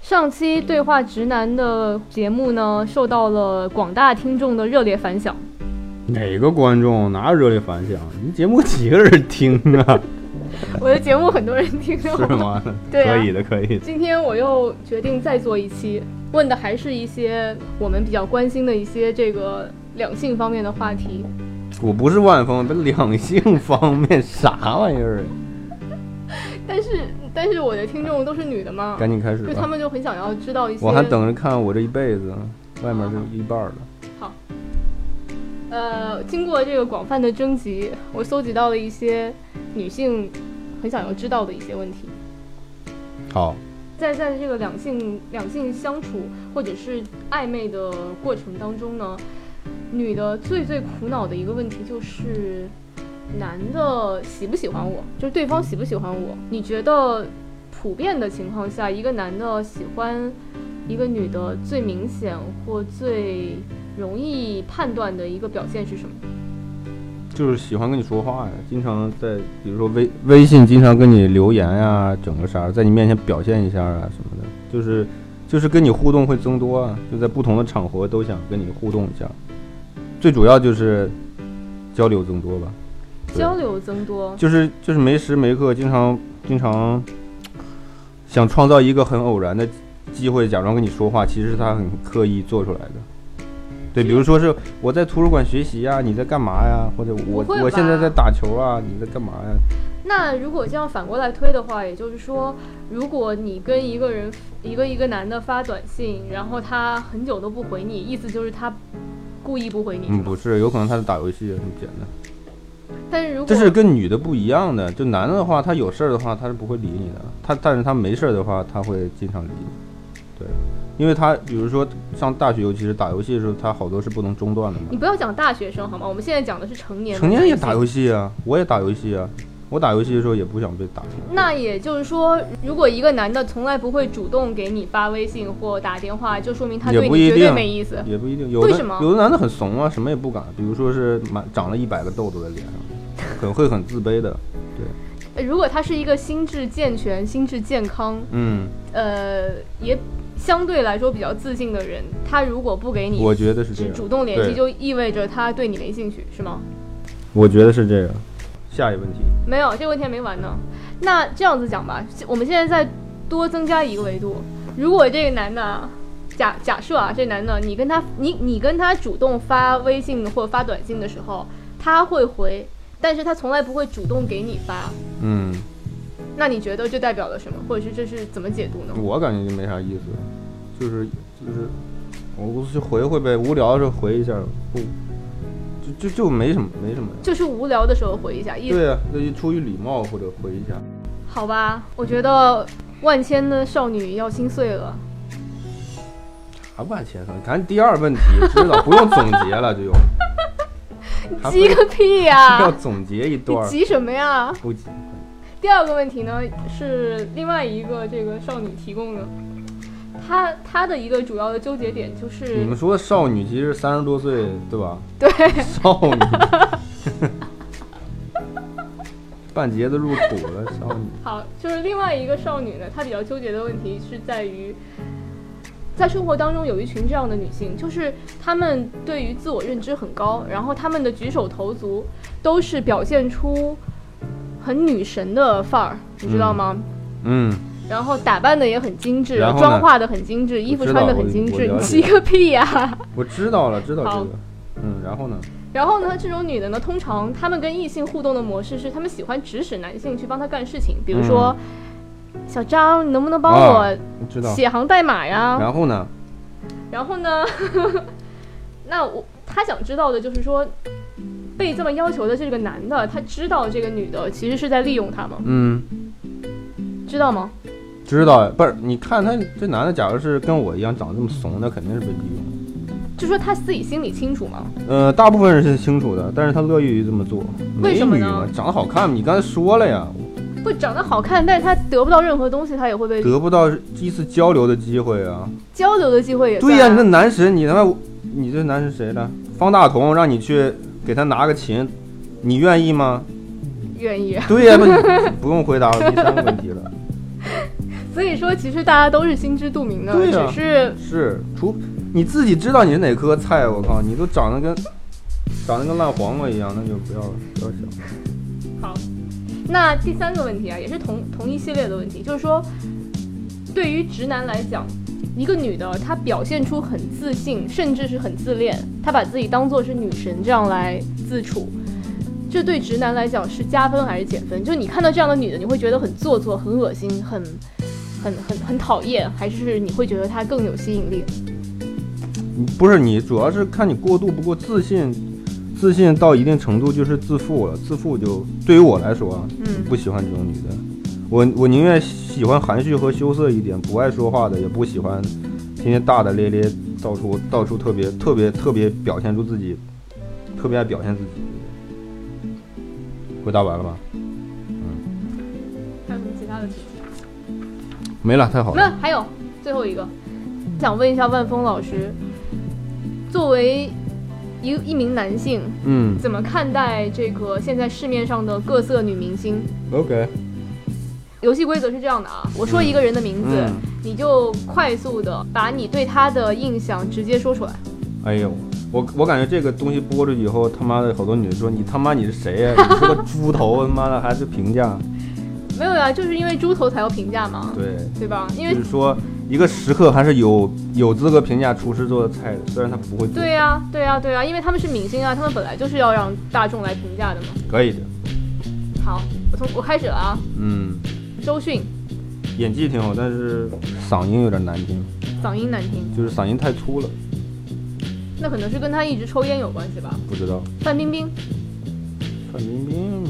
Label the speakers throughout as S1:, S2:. S1: 上期对话直男的节目呢，受到了广大听众的热烈反响。
S2: 哪个观众哪有热烈反响？你节目几个人听 啊？
S1: 我的节目很多人听，
S2: 是吗？
S1: 对啊
S2: 可以的，可以的。
S1: 今天我又决定再做一期，问的还是一些我们比较关心的一些这个两性方面的话题。
S2: 我不是万方，不是两性方面啥玩意儿？啊
S1: 但是，但是我的听众都是女的嘛，
S2: 赶紧开始
S1: 就他
S2: 吧，
S1: 们就很想要知道一些。
S2: 我还等着看我这一辈子，外面就一半了。
S1: 呃，经过这个广泛的征集，我搜集到了一些女性很想要知道的一些问题。
S2: 好，
S1: 在在这个两性两性相处或者是暧昧的过程当中呢，女的最最苦恼的一个问题就是，男的喜不喜欢我，就是对方喜不喜欢我？你觉得普遍的情况下，一个男的喜欢一个女的最明显或最容易判断的一个表现是什么？
S2: 就是喜欢跟你说话呀，经常在比如说微微信经常跟你留言呀，整个啥，在你面前表现一下啊什么的，就是就是跟你互动会增多啊，就在不同的场合都想跟你互动一下，最主要就是交流增多吧。对
S1: 交流增多，
S2: 就是就是没时没刻，经常经常想创造一个很偶然的机会，假装跟你说话，其实是他很刻意做出来的。对，比如说是我在图书馆学习呀、你在干嘛呀？或者我
S1: 不会吧
S2: 我现在在打球啊，你在干嘛呀？
S1: 那如果这样反过来推的话，也就是说，如果你跟一个人一个一个男的发短信，然后他很久都不回你，意思就是他故意不回你。
S2: 嗯，不是，有可能他在打游戏，啊很简单。
S1: 但是如果
S2: 这是跟女的不一样的，就男的的话，他有事儿的话，他是不会理你的。他但是他没事儿的话，他会经常理你。对，因为他比如说上大学，尤其是打游戏的时候，他好多是不能中断的嘛。
S1: 你不要讲大学生好吗？我们现在讲的是成年，
S2: 成年也打游。戏啊，我也打游戏啊。我打游戏的时候也不想被打。
S1: 那也就是说，如果一个男的从来不会主动给你发微信或打电话，就说明他
S2: 也
S1: 对
S2: 不
S1: 你
S2: 一
S1: 绝对
S2: 定
S1: 没意思。
S2: 也不一定，有
S1: 为
S2: 的
S1: 什么
S2: 有的男的很怂啊，什么也不敢。比如说是满长了一百个痘痘在脸 上，很会很自卑的。
S1: 呃如果他是一个心智健全、心智健康，
S2: 嗯，
S1: 呃，也相对来说比较自信的人，他如果不给你
S2: 我觉得是这
S1: 只嗯主
S2: 样。
S1: 动联系，
S2: 对
S1: 就意味着他对你没兴趣，是吗？
S2: 我觉得是这个。下一个问题，
S1: 没有，这个问题还没完呢。那这样子讲吧，我们现在再多增加一个维度，如果这个男的啊，假假设啊，这男的你跟他你你跟他主动发微信或发短信的时候，他会回，但是他从来不会主动给你发，
S2: 嗯，
S1: 那你觉得这代表了什么，或者是这是怎么解读呢？
S2: 我感觉就没啥意思，就是就是，我无就回回呗，无聊的时候回一下，不，就就就没什么没什么。
S1: 就是无聊的时候回一下，意思
S2: 对啊，那就出于礼貌或者回一下。
S1: 好吧？我觉得万千的少女要心碎了。
S2: 啥万千算？咱第二问题知道，不用总结 了，就有。还不
S1: 急个屁呀、
S2: 要总结一
S1: 你
S2: 段儿，
S1: 急什么呀？
S2: 不急。
S1: 第二个问题呢，是另外一个这个少女提供的，她她的一个主要的纠结点就
S2: 你
S1: 是
S2: 们说少女其实三十多岁，对吧？对， 少女，半截子入土了，少女。
S1: 好，就是另外一个少女呢，她比较纠结的问题是在于，在生活当中有一群这样的女性，就是她们对于自我认知很高，然后她们的举手投足都是表现出很女神的范儿，你知道吗？
S2: 嗯，
S1: 然后打扮的也很精致，
S2: 然后呢
S1: 妆化的很精致，衣服穿的很精致，
S2: 我
S1: 你
S2: 了解
S1: 急个屁呀、
S2: 我知道了，知道
S1: 好
S2: 这个。嗯，然后呢？
S1: 然后呢，这种女的呢，通常她们跟异性互动的模式是，她们喜欢指使男性去帮她干事情，比如说，小张，你能不能帮
S2: 嗯啊
S1: 我
S2: 知道。嗯
S1: 写行代码呀？
S2: 然后呢？
S1: 然后呢， 那我她想知道的就是说，被这么要求的这个男的，他知道这个女的其实是在利用他吗？
S2: 嗯，
S1: 知道吗？
S2: 知道呀。不是，你看他这男的，假如是跟我一样长得这么怂，那肯定是被利用。
S1: 就说她自己心里清楚吗？
S2: 呃，大部分人是清楚的，但是他乐意于这么做。
S1: 为
S2: 美
S1: 什么
S2: 女
S1: 呢
S2: 嘛，长得好看，你刚才说了呀，
S1: 不长得好看，但是她得不到任何东西，她也会被
S2: 得不到一次交流的机会啊。
S1: 交流的机会也在
S2: 对呀、你这男神，你他妈，你这男神谁了？方大同让你去给他拿个琴，你愿意吗？
S1: 愿意。
S2: 对呀、不不用回答了，第三个问题了。
S1: 所以说，其实大家都是心知肚明的，
S2: 对呀
S1: 只是
S2: 是，除你自己知道你是哪棵菜，我靠，你都长得跟长得跟烂黄瓜一样，那就不要了，不要想。
S1: 好。那第三个问题啊，也是同同一系列的问题，就是说，对于直男来讲，一个女的她表现出很自信，甚至是很自恋，她把自己当做是女神这样来自处，这对直男来讲是加分还是减分？就你看到这样的女的，你会觉得很做作、很恶心、很很很很讨厌，还是你会觉得她更有吸引力？
S2: 你不是你，主要是看你过度不过自信，自信到一定程度就是自负了，自负就对于我来说啊，
S1: 嗯
S2: 不喜欢这种女的，我我宁愿喜欢含蓄和羞涩一点，不爱说话的，也不喜欢天天大大咧咧，到处到处特别特别特别表现出自己，特别爱表现自己。回答完了吧？
S1: 还有什么其他的题？
S2: 没了，太好了。
S1: 那还有最后一个，想问一下万峰老师，作为一一名男性，
S2: 嗯
S1: 怎么看待这个现在市面上的各色女明星？
S2: ，OK，
S1: 游戏规则是这样的啊，我说一个人的名字，
S2: 嗯，
S1: 你就快速的把你对他的印象直接说出来。
S2: 哎呦。我我感觉这个东西播出去以后，他妈的好多女的说你他妈你是谁呀、你是个猪头，啊他妈的还是评价，
S1: 没有呀、就是因为猪头才要评价嘛，
S2: 对，
S1: 对吧？因
S2: 就
S1: 为
S2: 是说一个食客还是有有资格评价厨师做的菜的，虽然他不会做，
S1: 对呀、对呀、对呀、因为他们是明星啊，他们本来就是要让大众来评价的嘛。
S2: 可以的，
S1: 好，我从我开始了啊，
S2: 嗯。
S1: 周迅
S2: 演技挺好，但是嗓音有点难听，
S1: 嗓音难听，
S2: 就是嗓音太粗了，
S1: 那可能是跟他一直抽烟有关系吧。
S2: 不知道。
S1: 范冰冰，
S2: 范冰冰，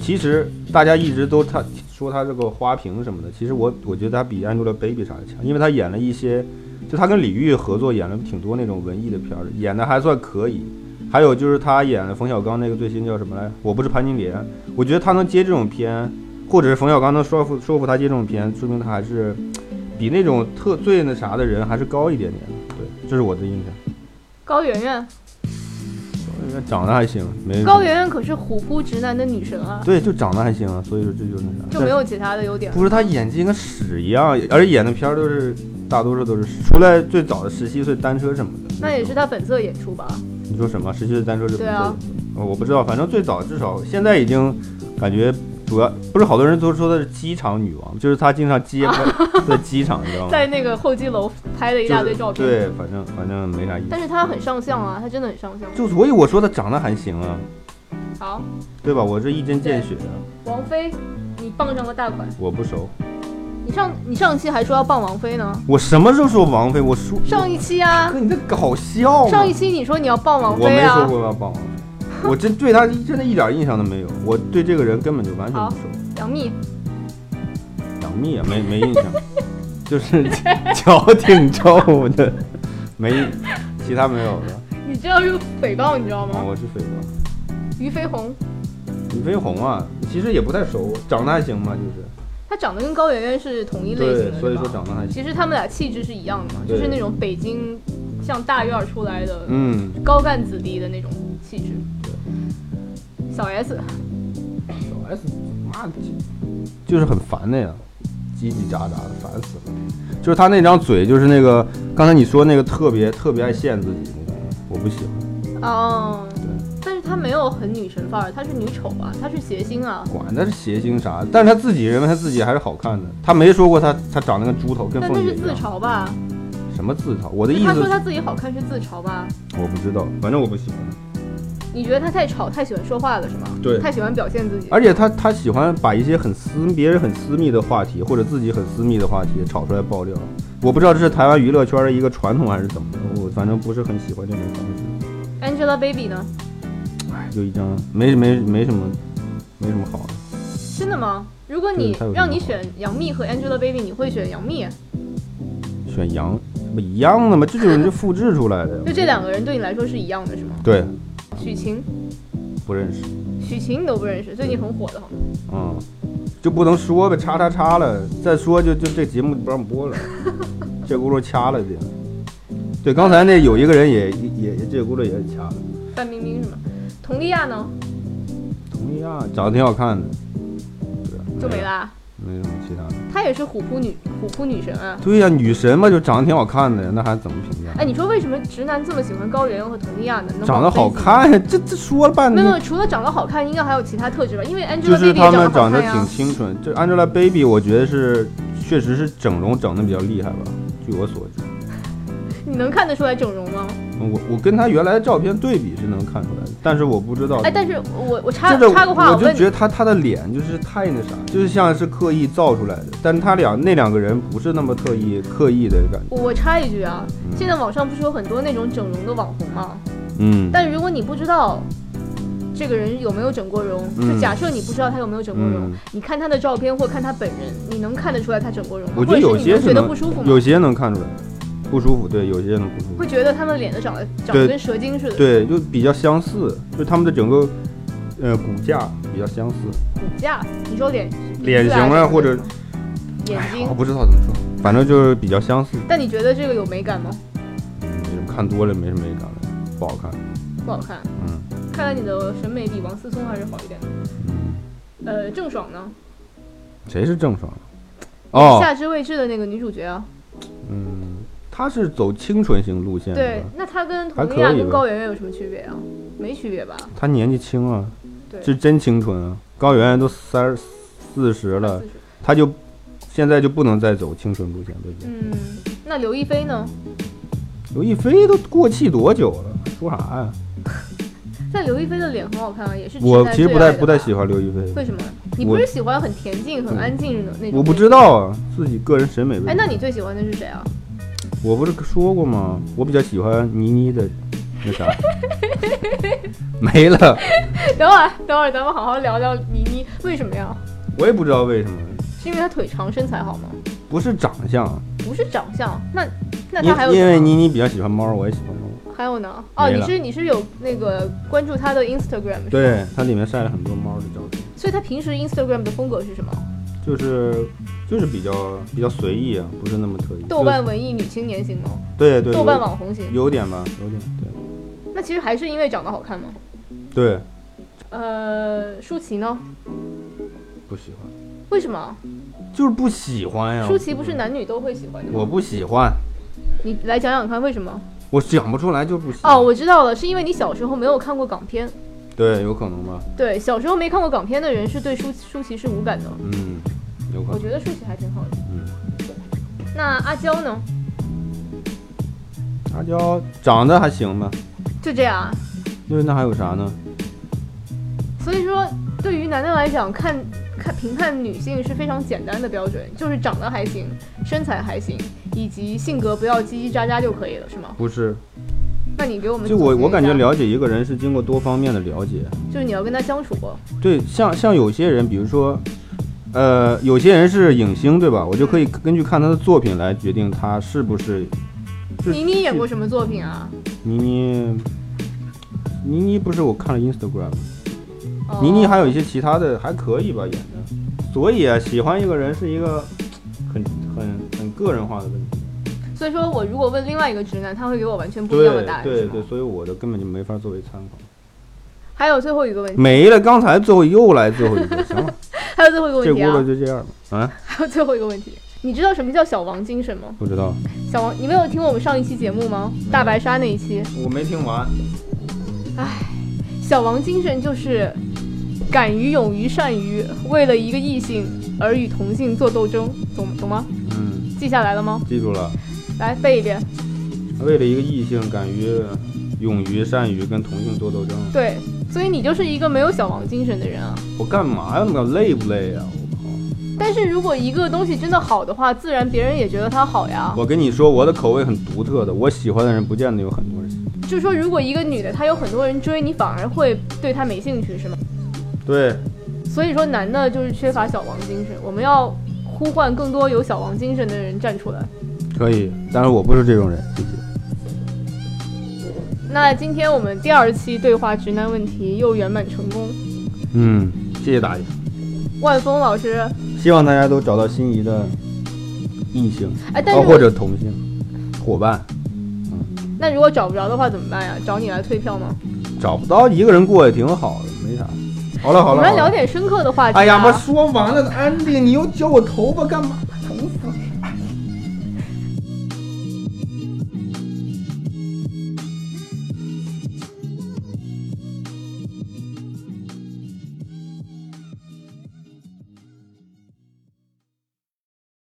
S2: 其实大家一直都她说她这个花瓶什么的，其实我我觉得她比 Angelababy 啥的强，因为她演了一些，就她跟李玉合作演了挺多那种文艺的片儿，演的还算可以。还有就是她演了冯小刚那个最新叫什么来？我不是潘金莲，我觉得她能接这种片，或者是冯小刚能说服说服她接这种片，说明她还是比那种特最那啥的人还是高一点点的。对，这是我的印象。
S1: 高圆圆，
S2: 长得还行，没
S1: 高圆圆可是虎扑直男的女神啊，
S2: 对，就长得还行啊，所以说这就是那啥，
S1: 就没有其他的优点。
S2: 不是他演技跟屎一样，而且演的片儿都是大多数都是屎除了最早的十七岁单车什么的，
S1: 那也是
S2: 他。
S1: 她本色演出吧？
S2: 你说什么？十七岁单车是
S1: 对啊
S2: 呃我不知道，反正最早至少现在已经感觉主要不是好多人都说她是机场女王，就是她经常 接在机场，你知道吗？
S1: 在那个候机楼拍了一大堆照片，
S2: 就是哦对，反正反正没啥意思
S1: 但。是她很上相啊，她真的很上相。
S2: 就所以我说她长得还行啊，
S1: 好，
S2: 对吧？我这一针见血啊，
S1: 王菲，你傍上个大款。
S2: 我不熟。
S1: 你上你上期还说要傍王菲呢，
S2: 我什么时候说王菲？我说
S1: 上一期啊
S2: 哥，，你在搞笑吗？
S1: 上一期你说你要傍王
S2: 我
S1: 菲
S2: 没说
S1: 啊，
S2: 过要傍王菲，我真对她真的一点印象都没有，我对这个人根本就完全
S1: 好
S2: 不熟。
S1: 杨幂，
S2: 杨幂也没没印象，就是 脚挺臭的，没其他没有了。
S1: 你这样是诽谤，你知道
S2: 啊，
S1: 吗？
S2: 我是飞鸿，
S1: 俞飞鸿，
S2: 俞飞鸿啊，其实也不太熟，长得还行吧，就
S1: 她长得跟高圆圆是同一
S2: 是
S1: 类型的，
S2: 对，所以
S1: 对吧
S2: 说长得还行。
S1: 其实他们俩气质是一样的嘛，就
S2: 对
S1: 是那种北京像大院儿出来的
S2: 嗯，
S1: 高干子弟的那种气质。小 S，
S2: 小 S，妈的，就是很烦那样，叽叽喳喳的，烦死了。就是他那张嘴，就是那个刚才你说那个特别特别爱陷自己那种，我不喜欢。
S1: 哦，但是她没有很女神范儿，她是女丑啊，她是谐星啊。
S2: 管他是谐星啥，但是他自己认为他自己还是好看的，他没说过他他长得跟猪头跟
S1: 但
S2: 凤
S1: 那
S2: 姐
S1: 是
S2: 一
S1: 自
S2: 样，
S1: 嘲吧？
S2: 什么自嘲？我的意
S1: 她说
S2: 思
S1: 她自己好看是自嘲吧？
S2: 我不知道，反正我不喜欢。
S1: 你觉得她太吵，太喜欢说话了是吗？
S2: 对
S1: 太喜欢表现自己。
S2: 而且他他喜欢把一些很私别人很私密的话题或者自己很私密的话题炒出来爆料，我不知道这是台湾娱乐圈的一个传统还是怎么的，我反正不是很喜欢这种方式。
S1: Angelababy 呢？
S2: 哎，就一张没没没什么没什么好的，
S1: 真的吗？如果你
S2: 对她有什么
S1: 让你选杨幂和 Angelababy，你会选杨幂？
S2: 选羊不一样的吗？这就是人家复制出来的呀。
S1: 就这两个人对你来说是一样的是吗？
S2: 对，
S1: 许晴，
S2: 不认识。
S1: 许晴你都不认识，最近很火的好吗？
S2: 嗯，就不能说呗，叉叉叉了，再说就就这节目不 让播了，这轱辘掐了得。对，刚才那有一个人也也也这轱辘也掐了。
S1: 范冰冰是吗？佟丽娅呢？
S2: 佟丽娅长得挺好看的，对啊，
S1: 就没
S2: 了，
S1: 啦。
S2: 没什么其他的。
S1: 她也是虎扑女虎扑女神啊。
S2: 对呀、女神嘛，就长得挺好看的，那还怎么评价？
S1: 哎，你说为什么直男这么喜欢高圆圆和佟丽娅呢？能帮
S2: 长得
S1: 我分
S2: 好
S1: 析吗。
S2: 看，这这说了半
S1: 没有，没
S2: 天
S1: 有，，除了长得好看，应该还有其他特质吧？因为
S2: 就
S1: Angelababy
S2: 是
S1: 也
S2: 他们
S1: 长
S2: 长
S1: 得
S2: 得
S1: 好看
S2: 挺
S1: 呀。
S2: 清纯。这 Angelababy 我觉得是确实是整容整的比较厉害吧，据我所知。
S1: 你能看得出来整容吗？
S2: 我我跟她原来的照片对比是能看出来的，但是我不知道。
S1: 哎，但是我我插
S2: 就是
S1: 插个话，
S2: 我就
S1: 问
S2: 觉
S1: 你，
S2: 得她她的脸就是太那啥，就是像是刻意造出来的。但是她俩那两个人不是那么特意刻意的感觉。
S1: 我我插一句啊，
S2: 嗯
S1: 现在网上不是有很多那种整容的网红吗？
S2: 嗯，
S1: 但如果你不知道这个人有没有整过容，
S2: 嗯
S1: 就假设你不知道他有没有整过容，
S2: 嗯
S1: 你看他的照片或看他本人，你能看得出来他整过容吗？
S2: 我觉得有
S1: 或者是你
S2: 些
S1: 能
S2: 是
S1: 觉得
S2: 能
S1: 不舒服吗？
S2: 有些能看出来不舒服，对，有些能不舒服
S1: 会，觉得他们脸都长得长
S2: 对
S1: 得跟蛇精似的，
S2: 对，就比较相似，就他们的整个呃骨架比较相似，
S1: 骨架，你说脸
S2: 脸型啊或者哎
S1: 眼睛
S2: 哦我，不知道怎么说，反正就是比较相似，
S1: 但你觉得这个有美感吗？
S2: 没什么看多了没什么美感了，不好看，
S1: 不好看，
S2: 嗯
S1: 看来你的审美比王思聪还是好一点的。
S2: 嗯，
S1: 呃，郑爽呢？
S2: 谁是郑爽？哦，
S1: 夏之未至的那个女主角啊，
S2: 嗯，她是走清纯型路线，
S1: 对
S2: 吧，？
S1: 那她跟
S2: 还
S1: 佟丽
S2: 可
S1: 娅
S2: 以
S1: 跟
S2: 吧
S1: 高圆圆有什么区别啊？没区别吧？
S2: 她年纪轻啊，
S1: 对，
S2: 是真清纯啊，高圆圆都三十四十了
S1: 四，十
S2: 她就现在就不能再走清纯路线，对不对？
S1: 嗯，那刘亦菲呢？
S2: 刘亦菲都过气多久了？说啥呀？
S1: 但刘亦菲的脸很好看啊，也是直
S2: 我
S1: 男
S2: 其实
S1: 最
S2: 不
S1: 爱
S2: 太
S1: 的
S2: 不太
S1: 吧
S2: 喜欢刘亦
S1: 为
S2: 菲，
S1: 什么？你
S2: 我嗯
S1: 不是喜欢很恬静、很安静的那种？
S2: 我不知。道啊，自己个人审美问题。
S1: 哎，那你最喜欢的是谁啊？
S2: 我不是说过吗？我比较喜欢倪妮的 那啥，没了，
S1: 等会儿，等会儿，咱们好好聊聊倪妮为什么呀？
S2: 我也不知道为什么，
S1: 是因为她腿长身材好吗？
S2: 不是长相，
S1: 不是长相，那那她还有
S2: 因因为
S1: 什么啊
S2: 倪妮比较喜欢猫，我也喜欢猫，
S1: 还有呢？哦，
S2: 没
S1: 你
S2: 了
S1: 是你是有那个关注她的 Instagram，是吧，
S2: 对，它里面晒了很多猫的照片，
S1: 所以她平时 Instagram 的风格是什么？
S2: 就是就是比较比较随意啊，不是那么特意。
S1: 豆瓣文艺女青年型吗？
S2: 就对对，
S1: 豆瓣
S2: 有
S1: 网红型？
S2: 有点吧，有点对
S1: 那其实还是因为长得好看吗？
S2: 对，
S1: 呃，舒淇呢？
S2: 不喜欢，
S1: 为什么？
S2: 就是不喜欢呀。
S1: 舒淇不是男女都会喜欢的
S2: 嗯我
S1: 吗？
S2: 不喜欢，
S1: 你来讲讲看为什么？
S2: 我讲不出来就不喜欢。
S1: 哦，我知道了，是因为你小时候没有看过港片。
S2: 对，有可能吧，
S1: 对，小时候没看过港片的人是对舒舒淇是无感的。
S2: 嗯，有可
S1: 我
S2: 能，
S1: 觉得舒淇还挺好的。
S2: 嗯。
S1: 那阿娇呢？
S2: 阿娇长得还行吧，
S1: 就这样啊。
S2: 就是那还有啥呢？
S1: 所以说，对于男的来讲，看看评判女性是非常简单的标准，就是长得还行，身材还行，以及性格不要叽叽喳喳就可以了，是吗？
S2: 不是，
S1: 那你给我们
S2: 就我
S1: 总结一
S2: 我感觉
S1: 下，
S2: 了解一个人是经过多方面的了解，
S1: 就是你要跟他相处过，
S2: 对，像像有些人，比如说，呃，有些人是影星，对吧？我就可以根据看他的作品来决定他是不是是
S1: 倪妮演过什么作品啊？
S2: 倪妮。倪妮不是我看了 Instagram，
S1: 哦
S2: 倪妮还有一些其他的还可以吧演的，所以啊，喜欢一个人是一个很很很个人化的问题。
S1: 所以说我如果问另外一个直男，他会给我完全不一
S2: 对
S1: 样的答案，是
S2: 对
S1: 吗
S2: 对，所以我的根本就没法作为参考。
S1: 还有最后一个问题，
S2: 没了，刚才最后又来最后一个，行
S1: 啊
S2: 了，
S1: 还有最后一个
S2: 这
S1: 问
S2: 轱
S1: 题
S2: 辘
S1: 啊，
S2: 就这样吧。啊，
S1: 还有最后一个问题，你知道什么叫小王精神吗？
S2: 不知道，
S1: 小王，你没有听我们上一期节目吗？大白鲨那一期，
S2: 我没听完。
S1: 小王精神就是敢于、勇于、善于，为了一个异性而与同性做斗争，懂懂吗？
S2: 嗯，
S1: 记下来了吗？
S2: 记住了，
S1: 来背一遍。
S2: 为了一个异性，敢于、勇于、善于跟同性做斗争。
S1: 对，所以你就是一个没有小王精神的人啊。
S2: 我干嘛呀？我累不累呀？我靠！
S1: 但是如果一个东西真的好的话，自然别人也觉得它好呀。
S2: 我跟你说，我的口味很独特的，我喜欢的人不见得有很多人喜欢。
S1: 就是说，如果一个女的她有很多人追，你反而会对她没兴趣，是吗？
S2: 对，
S1: 所以说，男的就是缺乏小王精神，我们要呼唤更多有小王精神的人站出来。
S2: 可以，但是我不是这种人，谢谢。
S1: 那今天我们第二期对话直男问题又圆满成功，
S2: 嗯，谢谢大爷，
S1: 万峰老师，
S2: 希望大家都找到心仪的异性。
S1: 哎，但是
S2: 哦，
S1: 我
S2: 或者同性伙伴，
S1: 那如果找不着的话怎么办呀？找你来退票吗？
S2: 找不到一个人过也挺好的，没啥。好了好哎
S1: 我
S2: 了，
S1: 们来
S2: 好了
S1: 聊点深刻的话题、啊。啊
S2: 哎呀，我说完了，安迪，你又揪我头发干嘛？